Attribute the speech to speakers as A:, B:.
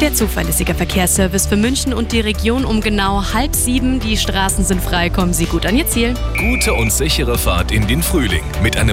A: Der zuverlässige Verkehrsservice für München und die Region um genau halb sieben. Die Straßen sind frei, kommen Sie gut an Ihr Ziel.
B: Gute und sichere Fahrt in den Frühling mit einem